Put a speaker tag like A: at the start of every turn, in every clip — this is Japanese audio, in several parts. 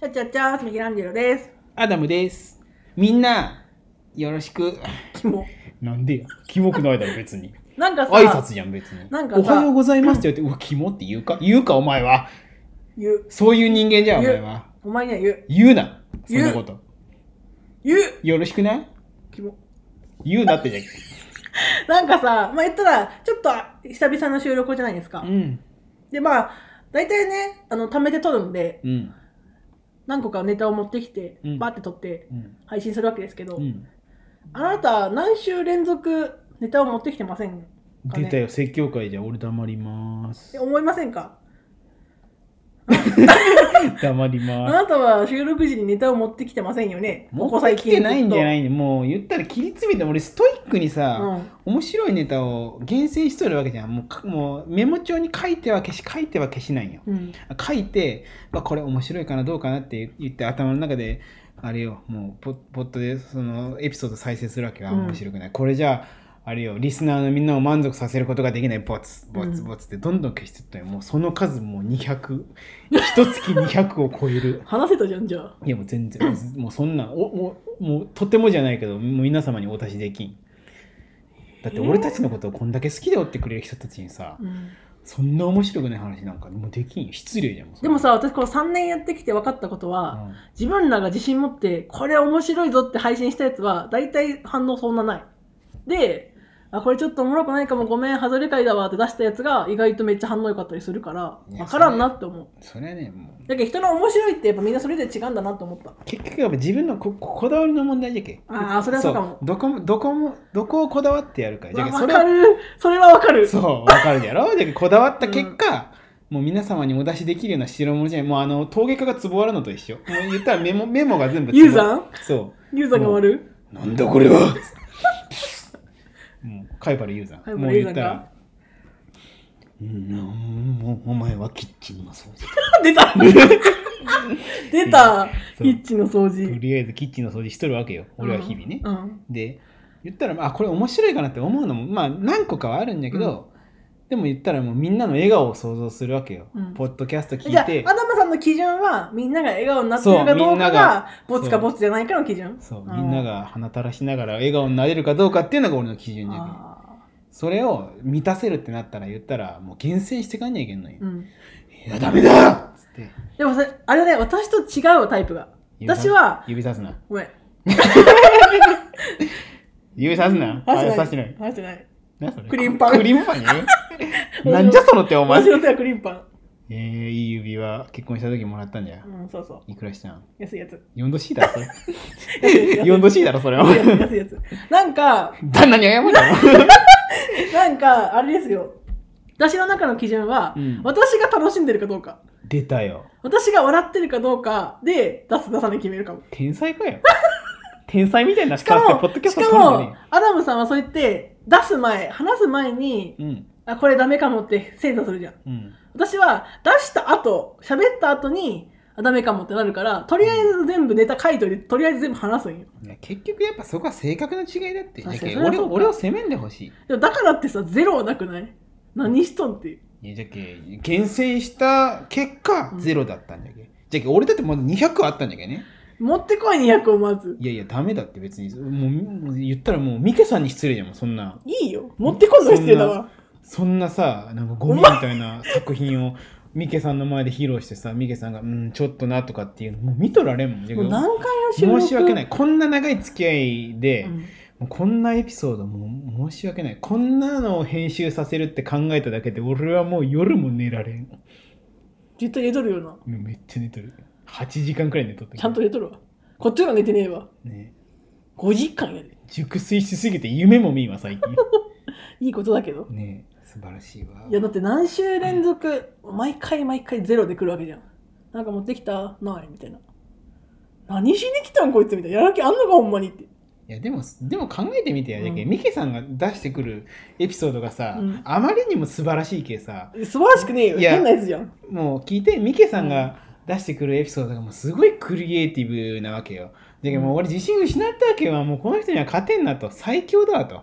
A: チャチャチャー、ミキランジェロです。
B: アダムです。みんな、よろしく。
A: キモ。
B: なんでや。キモくないだろ、別 に。
A: なんかさ、
B: 挨拶じゃん、別に。
A: なんか
B: お
A: さ
B: はようございますって言って、うわ、キモって言うか言うか、お前は。
A: 言う。
B: そういう人間じゃん、お
A: 言う
B: 前は。
A: お前には言う。
B: 言うな。そん
A: 言う
B: なこと。
A: 言う
B: よろしくない
A: キモ。
B: 言うなってじ
A: なんかさ、まあ言ったら、ちょっと久々の収録じゃないです
B: ゃ
A: か
B: ん。う。ん。
A: で、まあ、大体ね、あの、貯めて撮るんで、
B: うん。
A: 何個かネタを持ってきて
B: う、ん
A: バーって撮って
B: うん。
A: 配信するわけですけど、
B: うん。
A: あなた、何週連続ネタを持ってきてませんか
B: 出た
A: ね
B: よ、説教会じゃ俺黙ります
A: え。思いませんか
B: 黙り
A: あ
B: ます。
A: なたは収録時にネタを持ってきてませんよね。
B: もう
A: ここ
B: 来てないんじゃないいのもう言ったら切り詰めて、俺ストイックにさ、
A: うん。
B: 面白いネタを厳選しとるわけじゃんもうかもうメモ帳に書いては消し書いては消しないんよ
A: うん。
B: 書いて、まあ、これ面白いかなどうかなって言って頭の中であれよもうポポットでそのエピソード再生するわけが
A: うん
B: 面白くない、これじゃああれよリスナーのみんなを満足させることができないボツボツ
A: うん
B: ボツってどんどん消してったよもうその数もう200一月200を超える
A: 話せたじゃん、じゃあ。
B: いやもう全然もうそんなおもうもうとてもじゃないけどもう皆様にお達しできんだって俺たちのことをこんだけ好きでおってくれる人たちにさ
A: うん
B: そんな面白くない話なんかもうできんよ失礼じゃんもうそ
A: で
B: れ
A: もさ、私この3年やってきて分かったことは、
B: うん
A: 自分らが自信持って、これ面白いぞって配信したやつは、大体反応そんなない。で、あ、これちょっとおもろくないかも、ごめん、外れ会だわって出したやつが、意外とめっちゃ反応良かったりするから、
B: いや
A: 分からんなって思う。
B: それはねもう
A: だけど人の面白いってやっぱみんなそれで違うんだなと思った。
B: 結局やっぱ自分のここだわりの問題じゃけ
A: あーそれはそうかも
B: どこもどこもどこをこだわってやるかじゃけ
A: わ分
B: それ
A: か
B: は
A: るそれは分かる
B: そうわかる やろじゃけこだわった結果、もう皆様にお出しできるような代物じゃないもうあの陶芸家がつぼわるのと一緒もう言ったらメモメモが全部
A: ユー
B: ん
A: ザン
B: そ
A: ユーザンが終わる
B: うなんだこれは もうカイバルユーザ
A: カイ
B: ー
A: バ
B: もう
A: ルユ
B: 言
A: ーザー
B: っ
A: か
B: たらうんもうお前はキッチンの掃除
A: 出 た出た
B: そう
A: ヒッチの掃
B: と
A: 除。
B: りあえずキッチンの掃除しとるわけよ俺は日々ね、
A: うんうん
B: で言ったらまあこれ面白いかなって思うのもまあ何個かはあるんだけど、でも言ったらもうみんなの笑顔を想像するわけよ、
A: うん
B: ポッドキャスト聞
A: じゃ
B: いて
A: あアダムさんの基準はみんなが笑顔になってる
B: そ
A: か
B: う
A: ど
B: み
A: うんか
B: な
A: が
B: が
A: ボツかボツじゃないかの基準
B: そうみんなが鼻垂らしながら笑顔になれるかどうかっていうのが俺の基準だけど
A: あ
B: それを満たせるってなったら言ったらもう厳選してかんにゃいけんのよ、
A: ーうん
B: いやダメだっつって
A: でもそれあれね私と違うわタイプが
B: 指さ
A: 私は
B: 指さすな
A: ごめん
B: 指さすなあれさしてない
A: 話してない
B: 何それ
A: クリームパン
B: クリームパン に なんじゃそのってお前
A: 私の手はクリンパン
B: えー、いい指輪結婚した時もらったんじゃ
A: うんそうそう
B: いくらしたん
A: 安いや つ
B: 4度 C だろそれ 4度 C だろそれは
A: 安いやつ安いやつなんか
B: 旦那に謝る
A: なんかあれですよ私の中の基準は、
B: うん
A: 私が楽しんでるかどうか
B: 出たよ
A: 私が笑ってるかどうかで出す出さない決めるかも
B: 天才 かよ天才みたいな
A: しか
B: ポッド
A: も
B: キャ
A: し
B: スト撮
A: か
B: るのに
A: もアダムさんはそう言って出す前話す前に
B: うん
A: あこれダメかもって精査するじゃん
B: うん
A: 私は出した後喋った後にあダメかもってなるからとりあえず全部ネタ書いといてとりあえず全部話すんよ
B: いや結局やっぱそこは性格の違いだって
A: 確かに
B: じゃけ
A: そ
B: 俺
A: れはそう
B: を
A: か
B: 俺を責めんでほし
A: でもだからってさゼロはなくない何しとんっていう
B: いいやじゃけ厳選した結果
A: うん
B: ゼロだったんじゃけじゃけ俺だってまだ200あったんじゃけね
A: 持ってこい200をまず
B: いやいやダメだって別にもうもう言ったらもうミケさんに失礼じゃんもうそんない
A: いよ持ってこんの失礼だわ
B: そんなさなんかゴミみたいな作品をミケさんの前で披露してさミケさんが「うんちょっとな」とかっていうのもう見とられんもん
A: もう何回の収録、
B: 申し訳ないいこんな長い付き合いで、
A: うん
B: もうこんなエピソードもう申し訳ないこんなのを編集させるって考えただけで俺はもう夜も寝られん
A: 絶対寝とるよな
B: めっちゃ寝とる8時間くらい寝とったけど
A: ちゃんと寝とるわこっちは寝てねえわ
B: ね
A: 5時間やで
B: 熟睡しすぎて夢も見んわ最 近
A: いいことだけど
B: ね素晴らしいわ
A: いやだって何週連続毎回毎回ゼロで来るわけじゃんなんか持ってきたないみたいな何しに来たんこいつみたいなやる気あんのかほんまにって
B: いやでもでも考えてみてやだけ、
A: うん
B: ミケさんが出してくるエピソードがさ、
A: うん
B: あまりにも素晴らしいけさ
A: 素晴らしくねえよ
B: いや
A: 変なやつじゃん
B: もう聞いてミケさんが出してくるエピソードがもうすごいクリエイティブなわけよだけどもう俺自信失ったわけはもうこの人には勝てんなと最強だわとだ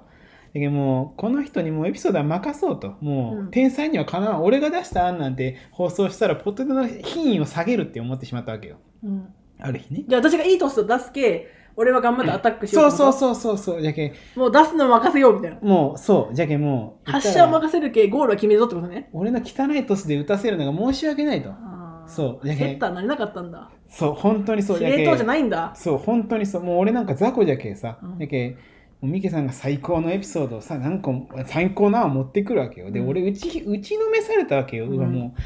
B: けどもうこの人にもうエピソードは任そうともう、
A: うん
B: 天才にはかなわん俺が出した案なんて放送したらポテトの品位を下げるって思ってしまったわけよ
A: うん、
B: ある日ね
A: じゃあ私がいいトスを出すけ俺は頑張ってアタックしよう
B: そう
A: ってこと
B: そうそうそうそうじゃけん
A: もう出すの任せようみたいな
B: もうそうじゃけんもう
A: 発射を任せるけゴールは決めるぞってことね
B: 俺の汚いトスで打たせるのが申し訳ないと
A: あー
B: そう
A: セッターになれなかったんだ
B: そう本当にそう
A: 司令塔じゃ
B: い
A: ないんだ
B: そう本当にそうもう俺なんか雑魚じゃけんさ、
A: うん
B: じゃけんもうミケさんが最高のエピソードをさ何個も最高なのを持ってくるわけよで、
A: うん
B: 俺打ち打ちのめされたわけよ、うわ
A: うん
B: もう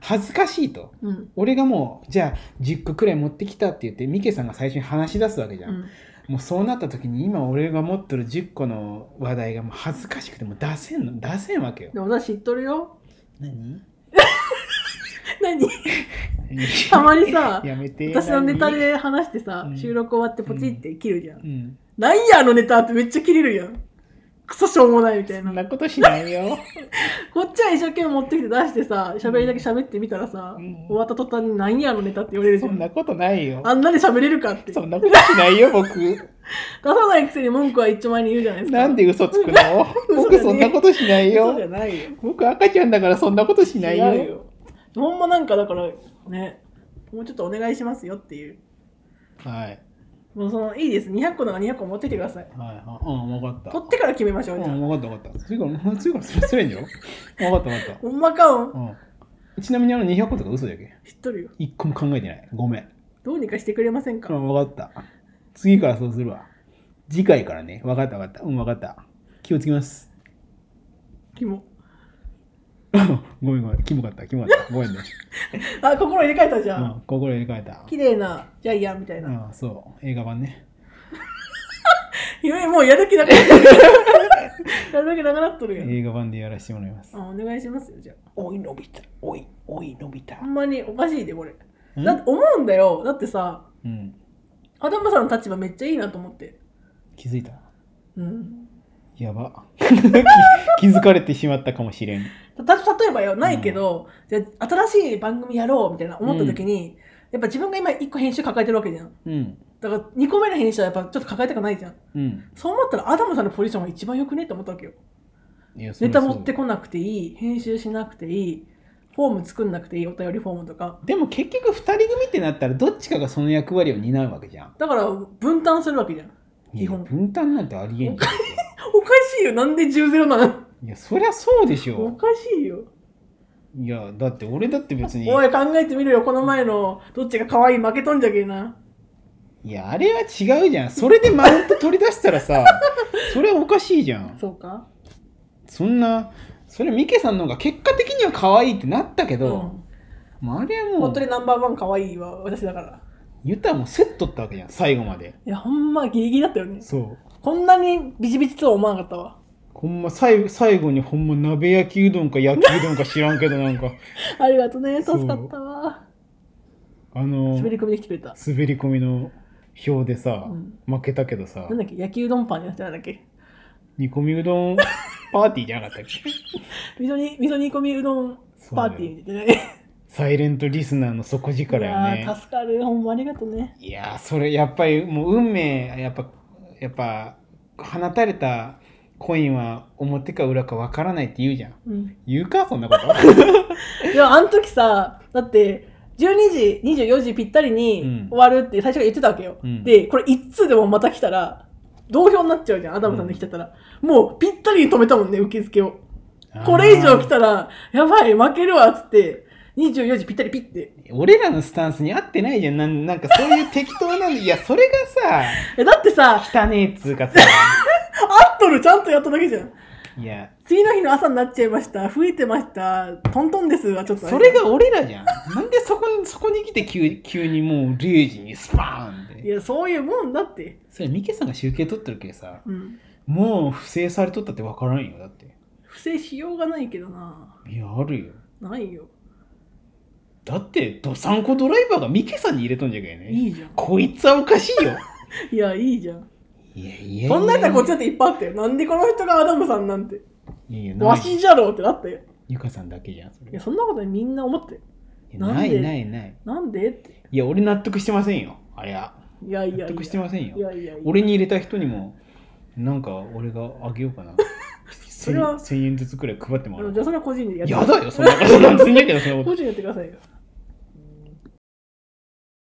B: 恥ずかしいと
A: うん
B: 俺がもうじゃあ10個くらい持ってきたって言ってミケさんが最初に話し出すわけじゃ、
A: うんん
B: もうそうなった時に今俺が持ってる10個の話題がもう恥ずかしくてもう出せんの出せんわけよ
A: でも私知っとるよ
B: 何
A: 何たまにさ
B: やめて
A: 私のネタ
B: 何
A: で話してさ、
B: うん
A: 収録終わってポチって切るじゃん、
B: うん
A: なんやあのネタってめっちゃ切れるやんクソしょうもないみたい
B: そ
A: なん
B: なことしな いよ。
A: こっちは一生懸命持ってきて出してさ喋りだけ喋ってみたらさ、
B: うん
A: 終わった途端になんやあのネタって言われるじ
B: そ
A: ゃん
B: んなことないよ。
A: あんなで喋れるかって出
B: そ
A: さ
B: んなことしないよ、 僕。
A: ないくせに文句は一丁前に言うじゃないですか
B: なんで嘘つくの僕そんなことしない
A: 嘘じゃ
B: よ。
A: ないよ
B: 僕赤ちゃんだからそんなことしない
A: 違う
B: よ。
A: よほんまなんかだからねもうちょっとお願いしますよっていう
B: はい。
A: もうそのいいです200個なら200個持ってきてください
B: はいはい。うん、わかった。
A: 取ってから決めましょ
B: う
A: うじゃあ
B: ん、わかったわかった。次から、もう次からそれすれん よ。わかったわかっ
A: ほんまかん
B: た。うん。ちなみにあの200個とか嘘だけ。
A: 知っとるよ
B: 一個も考えてない。ごめん。
A: どうにかしてくれませんか、
B: うん、わかった。次からそうするわ。次回からね。わかったわかった。うん、わかった。気をつけます。
A: キモ
B: ごめんごめん、キモかった、キモかった。ごめんね。
A: あ心入れ替えたじゃ、
B: うんん、心入れ替えた。
A: 綺麗なジャイアンみたいな、
B: うん、そう、映画版ね。
A: 夢もうやる気なくなっとる やる気なくなっとるやん、
B: 映画版でやらせてもらいます。
A: あお願いしますよじゃあ
B: おい、伸びた。おい、おい、伸びた
A: ほんまにおかしいでこれだって
B: う
A: 思うんだよだってさ
B: ん、
A: 頭さんの立場めっちゃいいなと思って
B: 気づいた。
A: うん
B: やば。 気づかれてしまったかもしれん。
A: たた例えばよないけど、じゃあ新しい番組やろうみたいな思った時に、やっぱ自分が今1個編集抱えてるわけじゃん
B: うん、
A: だから2個目の編集はやっぱちょっと抱えたくないじゃん
B: うん。
A: そう思ったらアダムさんのポジションが一番よくねって思ったわけよ
B: いやそ
A: ネ
B: りゃ
A: タ
B: そう
A: 持ってこなくていい編集しなくていいフォーム作んなくていいお便りフォームとか
B: でも結局2人組ってなったらどっちかがその役割を担うわけじゃん。
A: だから分担するわけじゃん
B: い
A: 基
B: や
A: 本
B: 分担なんてありえんじゃ
A: おかしいよなんで10ゼロなの
B: ん。いやそりゃそうでし
A: お
B: ょ。
A: かしいよ
B: いやだって俺だって別 に。
A: おい考えてみるよこの前のどっちが可愛い負けとんじゃけえない
B: や、あれは違うじゃん。それでマウント取り出した らさ、それはおかしいじゃん。
A: そうか
B: そんな、それミケさんの方が結果的には可愛いってなったけ
A: う
B: ど、
A: ん
B: もうあれはも
A: 本
B: う
A: 当、にナンバーワン可愛いは私だから
B: 言ったらもうセットったわけじゃん、最後まで。
A: いやほんまギリギリだったよね
B: そう。
A: こんなにビチビチとは思わなかったわ
B: ほんま最後、最後にほんま鍋焼きうどんか焼きうどんか知らんけど、なんか、
A: ありがとね
B: そう
A: 助かったわ
B: あの、
A: 滑り込みできてくれた
B: 滑り込みの表でさ、
A: うん
B: 負けたけどさ
A: なん、だっけ焼きうどんパンになってなんだっけ
B: 煮込みうどんパーティーじゃなかったっけ
A: 味噌に味噌煮込みうどんパーティーみたいなね
B: サイレントリスナーの底力よね。
A: いやー助かるほんまありがとね
B: いやーそれやっぱりもう運命やっぱやっぱ放たれたコインは表か裏かわからないって言うじゃん
A: うん
B: 言うかそんなこと
A: いやあの時さだって12時24時ぴったりに
B: うん
A: 終わるって最初から言ってたわけよ、
B: うん
A: でこれ一通でもまた来たら同票になっちゃうじゃんアダムさんで来てたら、もうぴったりに止めたもんね受付を これ以上来
B: た
A: たらやばい負けるわっつって24時ぴったりピッて
B: 俺らのスタンスに合ってないじゃんなんなんかそういう適当なんでいやそれが
A: えだってさ
B: さ汚ねえっつうかさ
A: アットルちゃんとやっただけじゃん
B: いや
A: 次の日の朝になっちゃいました増えてましたトントンですがちょっとあ
B: それが俺らじゃんなんでそこそこに来て急急にもう0時にスパーンっ
A: い
B: て
A: やそういうもんだって
B: それミケさんが集計取ってるけどさ
A: うん
B: もう不正されとったってわからんよだって
A: 不正しようがないけどない
B: やあるよ
A: ないよ
B: だってドサンコドライバーがミケさんに入れとんじゃけえね
A: いいじゃん
B: こいつはおかしいよ
A: いやいいじゃん
B: いやいやいや
A: そんなんやったらこっちだっていっぱいあったよ。なんでこの人がアダムさんなんて。
B: いやいやな
A: わ
B: い
A: しじゃろうってなったよ。
B: ゆかさんだけじゃんそれ
A: いや、そんなことみんな思って。
B: いや
A: なん
B: な
A: で
B: いないない
A: なんでって。
B: いや俺納得してませんよあれはい
A: やいや
B: 納
A: いや。
B: 得してませんよ
A: いやいやいや。
B: 俺に入れた人にもなんか俺があげようかな
A: それは
B: 1000円ずつくらい配っても
A: あの
B: ら
A: じゃあそれは個人でやって
B: やだよそんなこと別にいいけどそんなこと
A: 個人でやってくださいよ